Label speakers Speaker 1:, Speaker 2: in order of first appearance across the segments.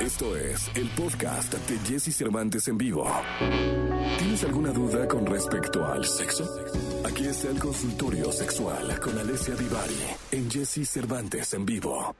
Speaker 1: Esto es el podcast de Jesse Cervantes en vivo. ¿Tienes alguna duda con respecto al sexo? Aquí está el consultorio sexual con Alessia Divari en Jesse Cervantes en vivo.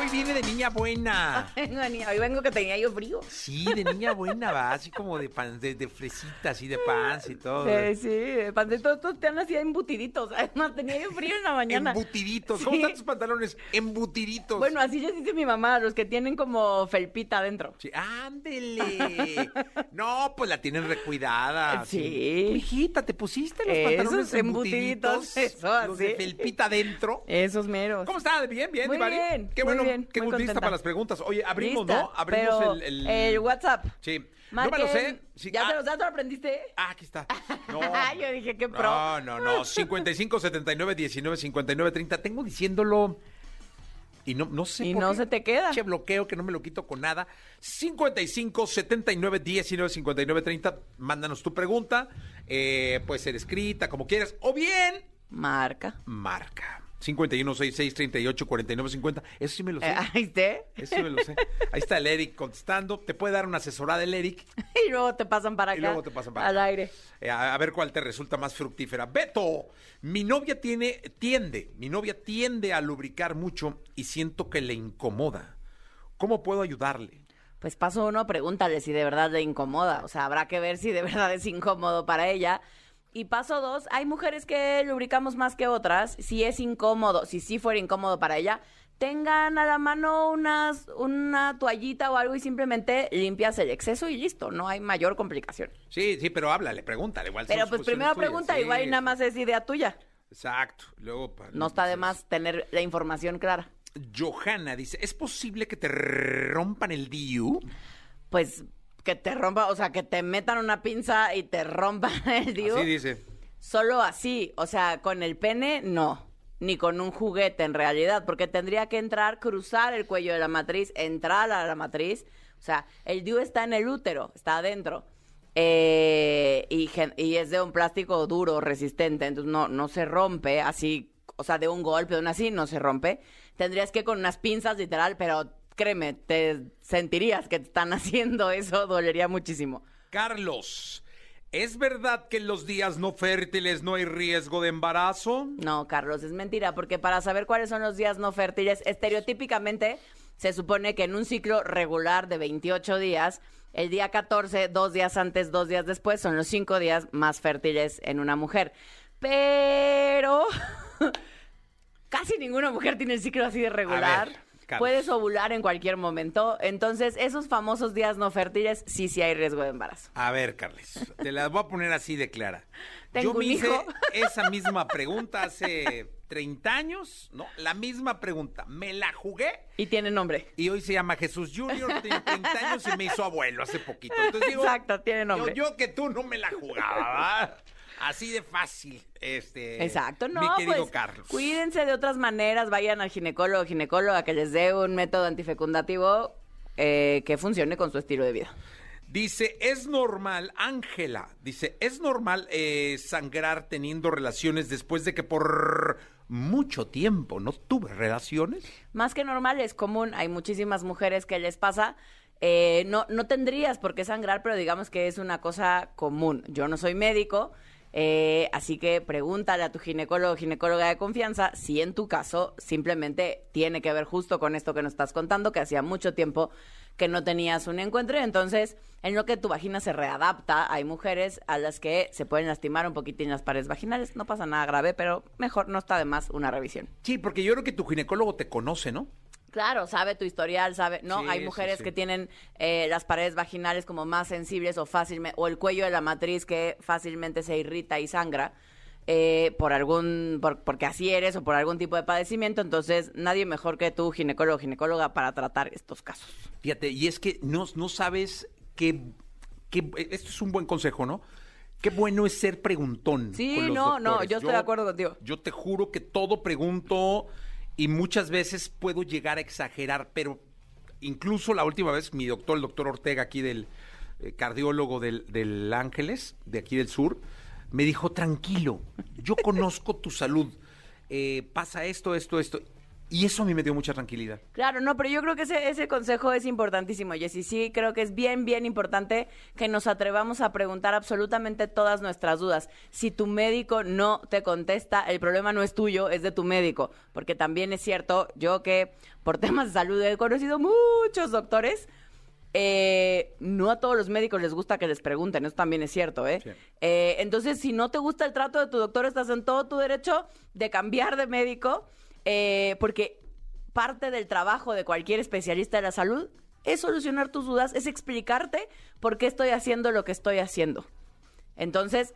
Speaker 2: Hoy viene de niña buena.
Speaker 3: Vengo, niña, hoy vengo que tenía yo frío.
Speaker 2: Sí, de niña buena va, así como de pan, de, de fresita, así de pan y todo.
Speaker 3: Eh, sí, de pan de todos estos te han así embutiditos. Además, tenía yo frío en la mañana.
Speaker 2: Embutiditos. ¿Cómo
Speaker 3: Sí.
Speaker 2: están tus pantalones? Embutiditos.
Speaker 3: Bueno, así ya dice mi mamá, los que tienen como felpita adentro.
Speaker 2: Sí, ándele. No, pues la tienen recuidada.
Speaker 3: Eh, Sí.
Speaker 2: Hijita, te pusiste los
Speaker 3: Esos
Speaker 2: pantalones embutiditos.
Speaker 3: embutiditos, eso,
Speaker 2: Los de
Speaker 3: así.
Speaker 2: felpita adentro.
Speaker 3: Esos meros.
Speaker 2: ¿Cómo estás? Bien, bien,
Speaker 3: Muy
Speaker 2: Ivari?
Speaker 3: bien,
Speaker 2: Qué
Speaker 3: muy
Speaker 2: bueno,
Speaker 3: bien,
Speaker 2: qué
Speaker 3: muy
Speaker 2: gusto, lista
Speaker 3: contenta.
Speaker 2: para las preguntas. Oye, abrimos,
Speaker 3: Lista,
Speaker 2: ¿no? Abrimos
Speaker 3: pero
Speaker 2: el, el-
Speaker 3: WhatsApp.
Speaker 2: Sí.
Speaker 3: Marquen.
Speaker 2: No me lo sé. Sí,
Speaker 3: Ya
Speaker 2: ah,
Speaker 3: te los ya te lo aprendiste. ¿eh?
Speaker 2: Ah, aquí está. No.
Speaker 3: Ah, yo dije, qué pro.
Speaker 2: No, no, no. 55, 79, 19, 59, 30. Tengo diciéndolo. Y no, no sé.
Speaker 3: Y
Speaker 2: por
Speaker 3: no
Speaker 2: qué.
Speaker 3: se te queda.
Speaker 2: Che, bloqueo que no me lo quito con nada. 55, 79, 19, 59, 30. Mándanos tu pregunta. eh, puede ser escrita, como quieras. O bien,
Speaker 3: Marca.
Speaker 2: marca. 51, 66, 38, 49, 50. Eso pues sí me lo sé.
Speaker 3: Eh, ahí está.
Speaker 2: Eso sí me lo sé. Ahí está el Eric contestando. Te puede dar una asesorada el Eric.
Speaker 3: Y luego te pasan para
Speaker 2: Y
Speaker 3: acá.
Speaker 2: luego te pasan para
Speaker 3: Al
Speaker 2: acá.
Speaker 3: aire.
Speaker 2: Eh, a, a ver cuál te resulta más fructífera. Beto, mi novia tiene, tiende, mi novia tiende a lubricar mucho y siento que le incomoda. ¿Cómo puedo ayudarle?
Speaker 3: Pues paso uno, pregúntale si de verdad le incomoda. O sea, habrá que ver si de verdad es incómodo para ella. Y paso dos, hay mujeres que lubricamos más que otras. Si es incómodo, si sí fuera incómodo para ella, tengan a la mano unas, una toallita o algo y simplemente limpias el exceso y listo. No hay mayor complicación.
Speaker 2: Sí, sí, pero háblale, pregúntale. Igual son
Speaker 3: Pero pues
Speaker 2: suposiciones
Speaker 3: primero
Speaker 2: tuyas,
Speaker 3: pregunta,
Speaker 2: sí.
Speaker 3: igual y nada más es idea tuya.
Speaker 2: Exacto. Luego, pa-
Speaker 3: No está de más tener la información clara.
Speaker 2: Johanna dice, ¿es posible que te rompan el DIU?
Speaker 3: Pues que te rompa, o sea, que te metan una pinza y te rompan el diu.
Speaker 2: Así dice.
Speaker 3: Solo así, o sea, con el pene no, ni con un juguete en realidad, porque tendría que entrar, cruzar el cuello de la matriz, entrar a la matriz, o sea, el DIU está en el útero, está adentro, eh, y, gen- y es de un plástico duro, resistente, entonces no, no se rompe así, o sea, de un golpe, de una así, no se rompe. Tendrías que con unas pinzas literal, pero créeme, te sentirías que te están haciendo eso, dolería muchísimo.
Speaker 2: Carlos, ¿es verdad que en los días no fértiles no hay riesgo de embarazo?
Speaker 3: No, Carlos, es mentira, porque para saber cuáles son los días no fértiles, estereotípicamente se supone que en un ciclo regular de 28 días, el día 14, dos días antes, dos días después, son los cinco días más fértiles en una mujer. Pero casi ninguna mujer tiene el ciclo así de regular.
Speaker 2: Carlos.
Speaker 3: Puedes ovular en cualquier momento. Entonces, esos famosos días no fértiles, sí, sí hay riesgo de embarazo.
Speaker 2: A ver, Carles, te las voy a poner así de clara.
Speaker 3: Tengo
Speaker 2: Yo me
Speaker 3: un
Speaker 2: hice
Speaker 3: hijo.
Speaker 2: esa misma pregunta hace 30 años, ¿no? La misma pregunta. Me la jugué
Speaker 3: Y tiene nombre.
Speaker 2: y hoy se llama Jesús Junior, tiene 30 años y me hizo abuelo hace poquito. Entonces digo,
Speaker 3: Exacto, tiene
Speaker 2: yo,
Speaker 3: nombre.
Speaker 2: yo que tú no me la jugaba. ¿verdad? Así de fácil, este.
Speaker 3: Exacto, no,
Speaker 2: Mi querido
Speaker 3: pues,
Speaker 2: Carlos.
Speaker 3: Cuídense de otras maneras, vayan al ginecólogo, ginecóloga, que les dé un método antifecundativo eh, que funcione con su estilo de vida.
Speaker 2: Dice, es normal, Ángela, dice, es normal eh, sangrar teniendo relaciones después de que por mucho tiempo no tuve relaciones.
Speaker 3: Más que normal, es común, hay muchísimas mujeres que les pasa. eh, no, no tendrías por qué sangrar, pero digamos que es una cosa común. Yo no soy médico, eh, así que pregúntale a tu ginecólogo o ginecóloga de confianza si en tu caso simplemente tiene que ver justo con esto que nos estás contando, que hacía mucho tiempo que no tenías un encuentro. y Entonces, en lo que tu vagina se readapta, hay mujeres a las que se pueden lastimar un poquitín las paredes vaginales. No pasa nada grave, pero mejor no está de más una revisión.
Speaker 2: Sí, porque yo creo que tu ginecólogo te conoce, ¿no?
Speaker 3: Claro, sabe tu historial, sabe, ¿no?
Speaker 2: Sí,
Speaker 3: Hay
Speaker 2: sí,
Speaker 3: mujeres
Speaker 2: sí.
Speaker 3: que tienen eh, las paredes vaginales como más sensibles o fácilmente, o el cuello de la matriz que fácilmente se irrita y sangra eh, por algún, por- porque así eres o por algún tipo de padecimiento, entonces nadie mejor que tú, ginecólogo o ginecóloga, para tratar estos casos.
Speaker 2: Fíjate, y es que no, no sabes qué, qué- e, Esto es un buen consejo, ¿no? Qué bueno es ser preguntón.
Speaker 3: Sí,
Speaker 2: con los
Speaker 3: no, no,
Speaker 2: doctores.
Speaker 3: yo estoy de acuerdo contigo.
Speaker 2: Yo te juro que todo pregunto y muchas veces puedo llegar a exagerar, pero incluso la última vez mi doctor, el doctor Ortega, aquí del eh, cardiólogo del, del Ángeles, de aquí del sur, me dijo, tranquilo, yo conozco tu salud, eh, pasa esto, esto, esto. Y eso a mí me dio mucha tranquilidad.
Speaker 3: Claro, no, pero yo creo que ese, ese consejo es importantísimo, Jessy. Sí, creo que es bien, bien importante que nos atrevamos a preguntar absolutamente todas nuestras dudas. Si tu médico no te contesta, el problema no es tuyo, es de tu médico. Porque también es cierto, yo que por temas de salud he conocido muchos doctores, eh, no a todos los médicos les gusta que les pregunten, eso también es cierto, ¿eh?
Speaker 2: Sí.
Speaker 3: Eh, Entonces, si no te gusta el trato de tu doctor, estás en todo tu derecho de cambiar de médico, eh, porque parte del trabajo de cualquier especialista de la salud es solucionar tus dudas, es explicarte por qué estoy haciendo lo que estoy haciendo. Entonces,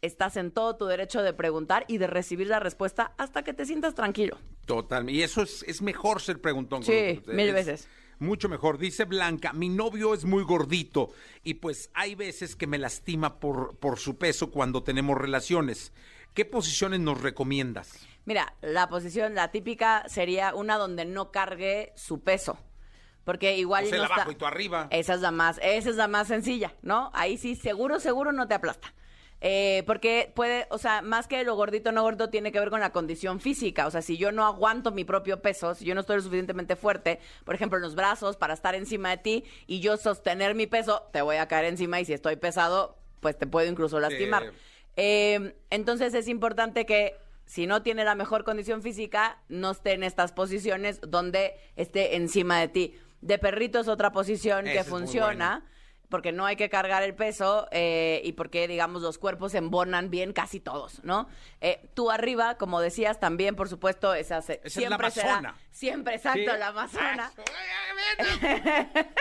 Speaker 3: estás en todo tu derecho de preguntar y de recibir la respuesta hasta que te sientas tranquilo.
Speaker 2: Total, y eso es, es mejor ser preguntón.
Speaker 3: Sí,
Speaker 2: Guadalupe.
Speaker 3: mil
Speaker 2: Es
Speaker 3: veces.
Speaker 2: Mucho mejor. Dice Blanca, mi novio es muy gordito y pues hay veces que me lastima por, por su peso cuando tenemos relaciones. ¿Qué posiciones nos recomiendas?
Speaker 3: Mira, la posición, la típica sería una donde no cargue su peso. Porque igual.
Speaker 2: O
Speaker 3: y
Speaker 2: sea, el
Speaker 3: no está- Eh.
Speaker 2: abajo y tú arriba.
Speaker 3: Esa es la más, esa es la más sencilla, ¿no? Ahí sí, seguro, seguro no te aplasta. Eh, porque puede, o sea, más que lo gordito no gordo tiene que ver con la condición física. O sea, si yo no aguanto mi propio peso, si yo no estoy lo suficientemente fuerte, por ejemplo, en los brazos, para estar encima de ti y yo sostener mi peso, te voy a caer encima y si estoy pesado, pues te puedo incluso lastimar. Eh, entonces es importante que si no tiene la mejor condición física, no esté en estas posiciones donde esté encima de ti. De perrito es otra posición
Speaker 2: Esa
Speaker 3: que
Speaker 2: es muy
Speaker 3: funciona.
Speaker 2: buena.
Speaker 3: Porque no hay que cargar el peso eh, y porque, digamos, los cuerpos embonan bien casi todos, ¿no? Eh, tú arriba, como decías, también, por supuesto, esa, se-
Speaker 2: Esa es la
Speaker 3: siempre será-
Speaker 2: amazona.
Speaker 3: Siempre, exacto,
Speaker 2: Sí.
Speaker 3: la amazona.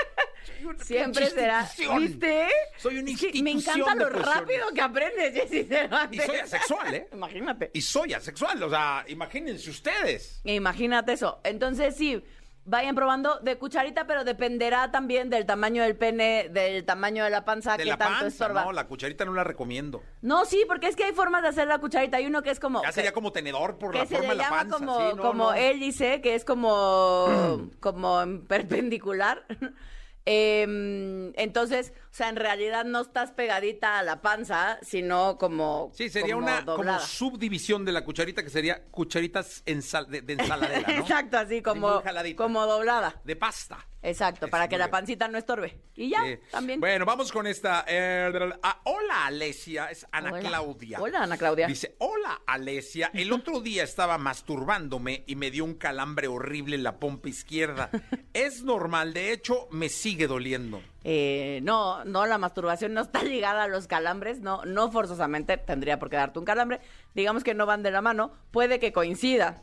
Speaker 2: Soy una
Speaker 3: Siempre
Speaker 2: pinche
Speaker 3: será.
Speaker 2: institución.
Speaker 3: ¿Viste?
Speaker 2: Soy una
Speaker 3: Es que Me
Speaker 2: institución
Speaker 3: encanta
Speaker 2: de
Speaker 3: lo
Speaker 2: personas.
Speaker 3: rápido que aprendes, Jessy
Speaker 2: Y
Speaker 3: Cervantes.
Speaker 2: soy asexual, ¿eh?
Speaker 3: Imagínate.
Speaker 2: Y soy asexual, o sea, imagínense ustedes.
Speaker 3: Imagínate eso. Entonces, sí, vayan probando de cucharita, pero dependerá también del tamaño del pene, del tamaño de la panza,
Speaker 2: De
Speaker 3: que
Speaker 2: la
Speaker 3: tanto
Speaker 2: panza,
Speaker 3: estorba.
Speaker 2: no, la cucharita no la recomiendo.
Speaker 3: No, sí, porque es que hay formas de hacer la cucharita. Hay uno que es como.
Speaker 2: Ya
Speaker 3: que-
Speaker 2: sería como tenedor por
Speaker 3: que
Speaker 2: la
Speaker 3: se
Speaker 2: forma
Speaker 3: le
Speaker 2: de la
Speaker 3: llama
Speaker 2: panza.
Speaker 3: como,
Speaker 2: sí, no,
Speaker 3: como
Speaker 2: no.
Speaker 3: hélice, que es como, como en perpendicular. Em, entonces, o sea, en realidad no estás pegadita a la panza, sino como.
Speaker 2: Sí, sería
Speaker 3: como
Speaker 2: una como
Speaker 3: doblada.
Speaker 2: subdivisión de la cucharita que sería cucharitas ensal- de, de ensaladera, ¿no?
Speaker 3: Exacto, así como,
Speaker 2: muy jaladita.
Speaker 3: como doblada.
Speaker 2: De pasta.
Speaker 3: Exacto,
Speaker 2: Eso,
Speaker 3: para que
Speaker 2: muy
Speaker 3: la
Speaker 2: bien.
Speaker 3: pancita no estorbe. Y ya,
Speaker 2: Sí.
Speaker 3: también.
Speaker 2: Bueno, vamos con esta. eh, ah, hola, Alesia. Es Ana
Speaker 3: Hola.
Speaker 2: Claudia.
Speaker 3: Hola, Ana Claudia.
Speaker 2: Dice, hola, Alesia. El otro día estaba masturbándome y me dio un calambre horrible en la pompa izquierda. es normal. De hecho, me sigue doliendo.
Speaker 3: Eh, no, no, la masturbación no está ligada a los calambres, no, no forzosamente tendría por qué darte un calambre. Digamos que no van de la mano, puede que coincida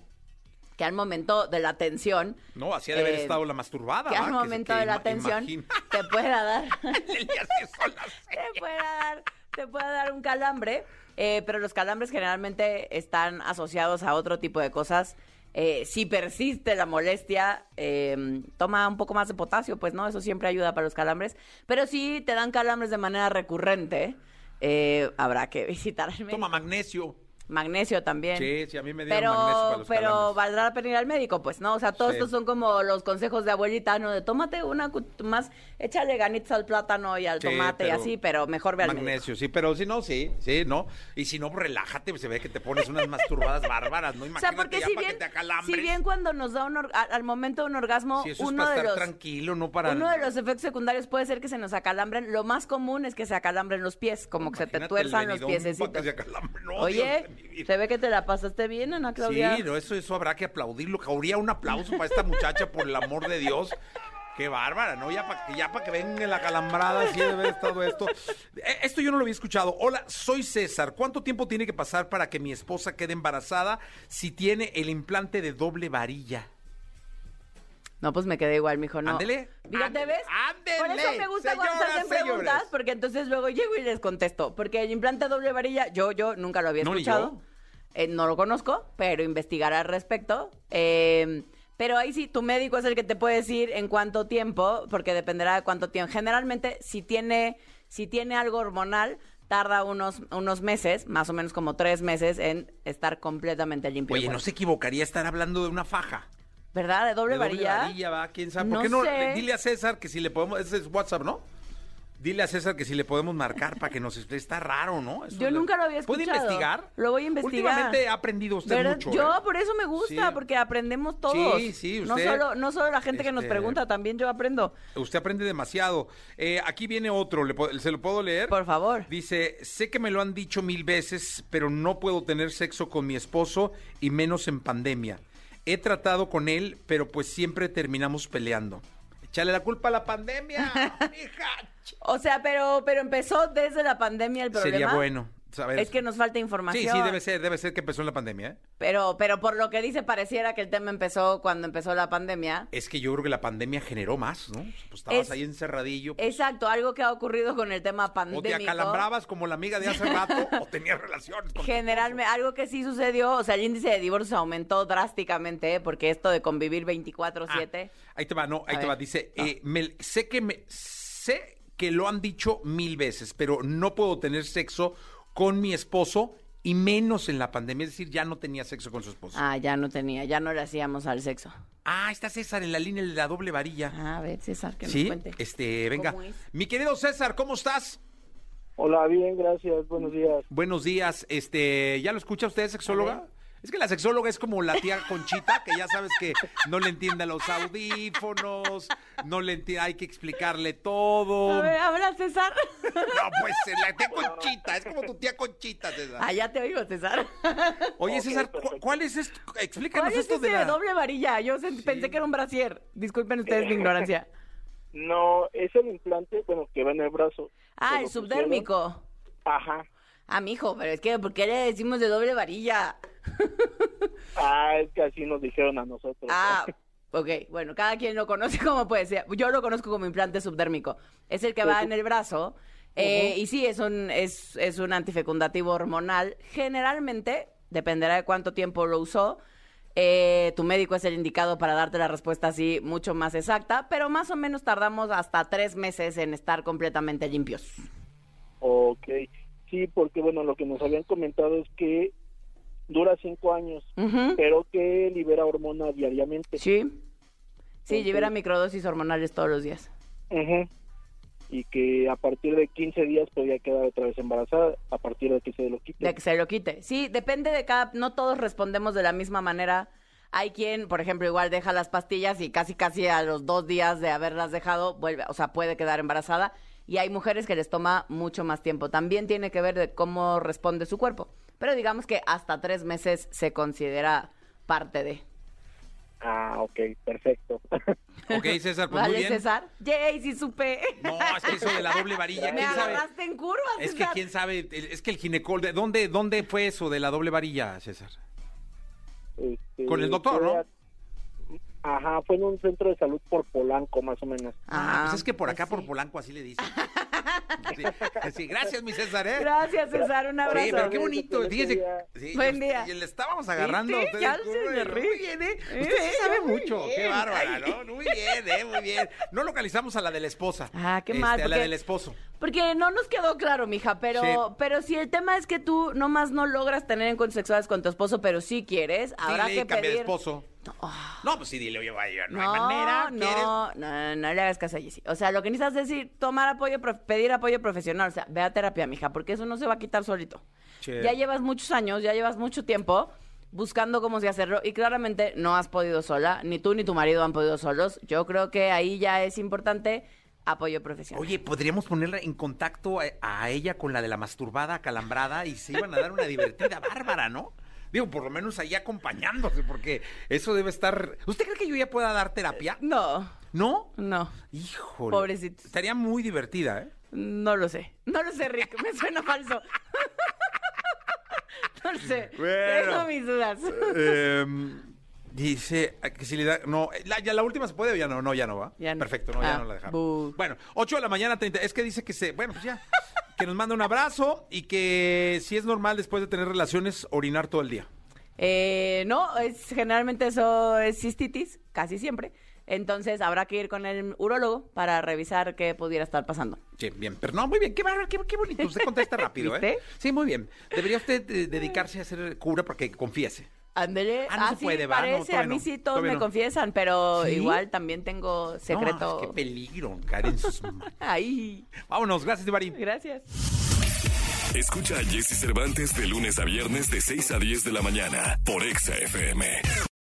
Speaker 3: que al momento de la tensión,
Speaker 2: No, así ha de haber
Speaker 3: Eh,
Speaker 2: estado la masturbada.
Speaker 3: que al
Speaker 2: ¿verdad?
Speaker 3: momento
Speaker 2: que
Speaker 3: de la
Speaker 2: ima-
Speaker 3: tensión
Speaker 2: imagina-
Speaker 3: te pueda dar,
Speaker 2: Le hace sola.
Speaker 3: te pueda dar, te pueda dar un calambre, eh, pero los calambres generalmente están asociados a otro tipo de cosas. Eh, si persiste la molestia, eh, toma un poco más de potasio, pues no, eso siempre ayuda para los calambres. Pero si te dan calambres de manera recurrente, eh, habrá que visitar al médico.
Speaker 2: Toma magnesio.
Speaker 3: Magnesio también.
Speaker 2: Sí, sí, a mí me dieron
Speaker 3: Pero,
Speaker 2: magnesio para los
Speaker 3: pero
Speaker 2: calambres.
Speaker 3: valdrá la pena ir al médico, pues, ¿no? O sea, todos
Speaker 2: Sí.
Speaker 3: estos son como los consejos de abuelita, ¿no? De tómate una cu- más, échale ganitas al plátano y al
Speaker 2: Sí,
Speaker 3: tomate y
Speaker 2: pero-
Speaker 3: así, pero mejor ve al médico.
Speaker 2: Magnesio, sí, pero si no, sí, sí, no. Y si no, relájate, pues, se ve que te pones unas masturbadas bárbaras, ¿no?
Speaker 3: O sea,
Speaker 2: Imagínate
Speaker 3: porque
Speaker 2: ya
Speaker 3: si
Speaker 2: para
Speaker 3: bien,
Speaker 2: que te acalambres.
Speaker 3: si bien cuando nos da un or- a- al momento de un orgasmo,
Speaker 2: Sí, eso es
Speaker 3: uno,
Speaker 2: para
Speaker 3: de
Speaker 2: estar
Speaker 3: los,
Speaker 2: tranquilo, no para...
Speaker 3: uno de los efectos secundarios puede ser que se nos acalambren. Lo más común es que se acalambren los pies, como que se te
Speaker 2: Imagínate
Speaker 3: tuerzan
Speaker 2: el Benidorm
Speaker 3: los
Speaker 2: para
Speaker 3: piececitos.
Speaker 2: que se acalambre, no,
Speaker 3: Oye,
Speaker 2: Dios de mi vida.
Speaker 3: se ve que te la pasaste bien, Ana Claudia.
Speaker 2: Sí, no, eso, eso habrá que aplaudirlo. Habría un aplauso para esta muchacha, por el amor de Dios. Qué bárbara, ¿no? Ya para ya pa que venga la calambrada, así de haber estado esto. Eh, Esto yo no lo había escuchado. Hola, soy César. ¿Cuánto tiempo tiene que pasar para que mi esposa quede embarazada si tiene el implante de doble varilla?
Speaker 3: No, pues me quedé igual, mijo, no.
Speaker 2: Ándele,
Speaker 3: Mira, ¿te
Speaker 2: ándele,
Speaker 3: ves? Por eso
Speaker 2: ándele,
Speaker 3: me gusta cuando se
Speaker 2: señoras,
Speaker 3: hacen preguntas,
Speaker 2: señores.
Speaker 3: porque entonces luego llego y les contesto. Porque el implante doble varilla, yo, yo nunca lo había
Speaker 2: No, ni yo.
Speaker 3: escuchado. Eh, no lo conozco, pero investigaré al respecto. Eh, pero ahí sí, tu médico es el que te puede decir en cuánto tiempo, porque dependerá de cuánto tiempo. Generalmente, si tiene, si tiene algo hormonal, tarda unos, unos meses, más o menos como tres meses, en estar completamente limpio. el
Speaker 2: Oye, no
Speaker 3: cuerpo.
Speaker 2: se equivocaría estar hablando de una faja.
Speaker 3: ¿Verdad? ¿De doble
Speaker 2: De
Speaker 3: varilla?
Speaker 2: varilla, va, quién sabe. ¿Por
Speaker 3: No
Speaker 2: qué no?
Speaker 3: sé.
Speaker 2: Dile a César que si le podemos. Ese es WhatsApp, ¿no? Dile a César que si le podemos marcar para que nos explique. Está raro, ¿no? Eso
Speaker 3: Yo
Speaker 2: le-
Speaker 3: nunca lo había
Speaker 2: ¿Puede
Speaker 3: escuchado.
Speaker 2: investigar?
Speaker 3: Lo voy a investigar.
Speaker 2: Últimamente ha aprendido usted
Speaker 3: ¿Verdad?
Speaker 2: mucho.
Speaker 3: Yo
Speaker 2: ¿eh?
Speaker 3: por eso me gusta,
Speaker 2: Sí.
Speaker 3: porque aprendemos todos.
Speaker 2: Sí, sí,
Speaker 3: no
Speaker 2: usted-
Speaker 3: solo, no solo la gente que nos
Speaker 2: este-
Speaker 3: pregunta, también yo aprendo.
Speaker 2: Usted aprende demasiado. Eh, aquí viene otro, ¿le po- ¿se lo puedo leer?
Speaker 3: Por favor.
Speaker 2: Dice, sé que me lo han dicho mil veces, pero no puedo tener sexo con mi esposo y menos en pandemia. He tratado con él, pero pues siempre terminamos peleando. Échale la culpa a la pandemia, hija.
Speaker 3: O sea, pero, pero empezó desde la pandemia el problema.
Speaker 2: Sería bueno saber.
Speaker 3: Es que nos falta
Speaker 2: Sí,
Speaker 3: información.
Speaker 2: sí, debe ser, debe ser que empezó en la pandemia. ¿eh?
Speaker 3: Pero, pero por lo que dice, pareciera que el tema empezó cuando empezó la pandemia.
Speaker 2: Es que yo creo que la pandemia generó más, ¿no? Pues estabas
Speaker 3: Es-
Speaker 2: ahí encerradillo. pues,
Speaker 3: Exacto, algo que ha ocurrido con el tema
Speaker 2: o te
Speaker 3: pandémico.
Speaker 2: acalambrabas como la amiga de hace rato, o tenías relaciones con tu
Speaker 3: Generalmente, algo que sí sucedió, o sea, el índice de divorcios aumentó drásticamente, ¿eh? porque esto de convivir 24-7.
Speaker 2: Ah, ahí te va, no, ahí
Speaker 3: A
Speaker 2: te
Speaker 3: ver. Ah.
Speaker 2: va. Dice, eh, me- sé que me, sé que lo han dicho mil veces, pero no puedo tener sexo con mi esposo y menos en la pandemia. Es decir, ya no tenía sexo con su esposo. Ah,
Speaker 3: Ah, ya no tenía, ya no le hacíamos al sexo.
Speaker 2: está César en la línea de la doble varilla.
Speaker 3: Ah, a ver, César, que nos
Speaker 2: sí,
Speaker 3: cuente.
Speaker 2: este, venga.
Speaker 3: ¿Cómo es?
Speaker 2: Mi querido César, ¿cómo estás?
Speaker 4: Hola, bien, gracias. Buenos días.
Speaker 2: Buenos días. Este, ¿ya lo escucha usted,
Speaker 3: A
Speaker 2: sexóloga?
Speaker 3: ver.
Speaker 2: Es que la sexóloga es como la tía Conchita, que ya sabes que no le entiende a los audífonos, no le entiende, hay que explicarle todo.
Speaker 3: A ver, habla César.
Speaker 2: No, pues la tía Conchita, es como tu tía Conchita, César.
Speaker 3: Ah, ya te oigo, César.
Speaker 2: Oye,
Speaker 4: Ok,
Speaker 2: César, ¿cu-
Speaker 4: perfecto.
Speaker 2: ¿cuál es esto? Explícanos
Speaker 3: ¿Cuál es
Speaker 2: esto
Speaker 3: ese
Speaker 2: de
Speaker 3: de
Speaker 2: la...
Speaker 3: doble varilla? Yo sen- pensé que era un brasier. Disculpen ustedes mi ignorancia.
Speaker 4: No, es el implante, bueno, que va en el brazo.
Speaker 3: Ah,
Speaker 4: Se
Speaker 3: el
Speaker 4: lo pusieron.
Speaker 3: subdérmico.
Speaker 4: Ajá.
Speaker 3: Ah, mijo, pero es que, ¿por qué le decimos de doble varilla?
Speaker 4: Ah, es que así nos dijeron a nosotros.
Speaker 3: Ah, ok. Bueno, cada quien lo conoce como puede ser. Yo lo conozco como implante subdérmico. Es el que va en el brazo. eh, Y sí, es un, es, es un antifecundativo hormonal. Generalmente, dependerá de cuánto tiempo lo usó. eh, tu médico es el indicado para darte la respuesta así mucho más exacta, pero más o menos tardamos hasta tres meses en estar completamente limpios.
Speaker 4: Ok. Sí, porque bueno, lo que nos habían comentado es que dura cinco años,
Speaker 3: Ujú.
Speaker 4: pero que libera hormona diariamente.
Speaker 3: Sí. Sí,
Speaker 4: Ok.
Speaker 3: libera microdosis hormonales todos los días.
Speaker 4: Ujú. Y que a partir de 15 días podía quedar otra vez embarazada, a partir de que se lo quite.
Speaker 3: De que se lo quite. Sí, depende de cada... No todos respondemos de la misma manera. Hay quien, por ejemplo, igual deja las pastillas y casi casi a los dos días de haberlas dejado, vuelve, o sea, puede quedar embarazada. Y hay mujeres que les toma mucho más tiempo. También tiene que ver de cómo responde su cuerpo. Pero digamos que hasta tres meses se considera parte de.
Speaker 4: Ah, ok, perfecto.
Speaker 2: Ok, César, pues muy
Speaker 3: ¿Vale,
Speaker 2: bien.
Speaker 3: César? Yay, sí supe.
Speaker 2: No, es que eso de la doble varilla,
Speaker 3: Me
Speaker 2: quién sabe.
Speaker 3: agarraste en curva,
Speaker 2: Es que
Speaker 3: César.
Speaker 2: quién sabe, el- es que el ginecólogo, ¿de ¿dónde, ¿dónde fue eso de la doble varilla, César?
Speaker 4: Este,
Speaker 2: Con el doctor, ¿no?
Speaker 4: fue a- Ajá, fue en un centro de salud por Polanco, más o menos.
Speaker 2: Ah, pues es que por
Speaker 3: pues
Speaker 2: acá, por
Speaker 3: sí.
Speaker 2: Polanco, así le dicen. Sí, pues sí, gracias, mi César, ¿eh?
Speaker 3: Gracias, César. Un abrazo.
Speaker 2: Sí, pero qué bonito.
Speaker 4: Buen
Speaker 2: Fíjense,
Speaker 4: día.
Speaker 2: sí,
Speaker 3: Buen
Speaker 2: y-
Speaker 3: día.
Speaker 2: Y le estábamos agarrando a
Speaker 3: ¿Viste?
Speaker 2: ustedes.
Speaker 3: Ya se
Speaker 2: muy
Speaker 3: le ríe.
Speaker 2: bien, ¿eh?
Speaker 3: Eh,
Speaker 2: Usted sí sabe
Speaker 3: muy
Speaker 2: mucho.
Speaker 3: bien.
Speaker 2: Qué bárbara,
Speaker 3: Ay.
Speaker 2: ¿no? Muy bien, ¿eh? Muy bien. No localizamos a la del esposa.
Speaker 3: Ah, qué mal,
Speaker 2: Este, A la
Speaker 3: porque-
Speaker 2: del esposo.
Speaker 3: Porque no nos quedó claro, mija, pero,
Speaker 2: Sí.
Speaker 3: pero si el tema es que tú nomás no logras tener encuentros sexuales con tu esposo, pero sí quieres, habrá
Speaker 2: Dile,
Speaker 3: que
Speaker 2: cambia de
Speaker 3: pedir.
Speaker 2: esposo.
Speaker 3: Oh.
Speaker 2: No, pues sí, dile, oye, vaya, no,
Speaker 3: No,
Speaker 2: hay manera. ¿quieres?
Speaker 3: no, no, no, no le hagas caso a Jessy. O sea, lo que necesitas es decir, tomar apoyo, prof- pedir apoyo profesional. O sea, ve a terapia, mija, porque eso no se va a quitar solito.
Speaker 2: Sí.
Speaker 3: Ya llevas muchos años, ya llevas mucho tiempo buscando cómo se hacerlo y claramente no has podido sola, ni tú ni tu marido han podido solos. Yo creo que ahí ya es importante apoyo profesional.
Speaker 2: Oye, podríamos ponerla en contacto a, a ella con la de la masturbada acalambrada y se iban a dar una divertida bárbara, ¿no? Digo, por lo menos ahí acompañándose, porque eso debe estar. ¿Usted cree que yo ya pueda dar
Speaker 3: Eh,
Speaker 2: terapia?
Speaker 3: No,
Speaker 2: ¿No?
Speaker 3: no.
Speaker 2: Híjole.
Speaker 3: Pobrecitos.
Speaker 2: Estaría muy divertida, ¿eh?
Speaker 3: No lo sé. No lo sé, Rick. Me suena falso. No lo sé.
Speaker 2: Bueno.
Speaker 3: Tengo mis dudas.
Speaker 2: dice eh, que si le da. No, eh, la, ya la última se puede o ya no, no, ya no va.
Speaker 3: Ya no.
Speaker 2: Perfecto, no, ya
Speaker 3: Ah,
Speaker 2: no la dejamos.
Speaker 3: bu.
Speaker 2: Bueno, 8 de la mañana, 30. Es que dice que se. Bueno, pues ya. Que nos manda un abrazo y que si es normal después de tener relaciones orinar todo el día.
Speaker 3: Eh, no, es, generalmente eso es cistitis, casi siempre. Entonces habrá que ir con el urólogo para revisar qué pudiera estar pasando.
Speaker 2: Sí, bien. Pero no, muy bien. Qué bárbaro, qué, qué bonito. Usted contesta rápido, ¿eh?
Speaker 3: ¿Viste?
Speaker 2: Sí, muy bien. Debería usted eh, dedicarse a hacer cura porque confiese.
Speaker 3: Ándele.
Speaker 2: Ah, no se
Speaker 3: Así
Speaker 2: puede, va, no,
Speaker 3: parece, a
Speaker 2: todavía
Speaker 3: mí
Speaker 2: no,
Speaker 3: sí todos
Speaker 2: todavía
Speaker 3: me
Speaker 2: no.
Speaker 3: confiesan, pero
Speaker 2: ¿Sí?
Speaker 3: igual también tengo
Speaker 2: No,
Speaker 3: secreto.
Speaker 2: qué peligro, Karen. sus ma-
Speaker 3: Ay,
Speaker 2: Vámonos, gracias, Divari.
Speaker 3: gracias.
Speaker 1: Escucha a Jesse Cervantes de lunes a viernes de 6 a 10 de la mañana por Exa FM.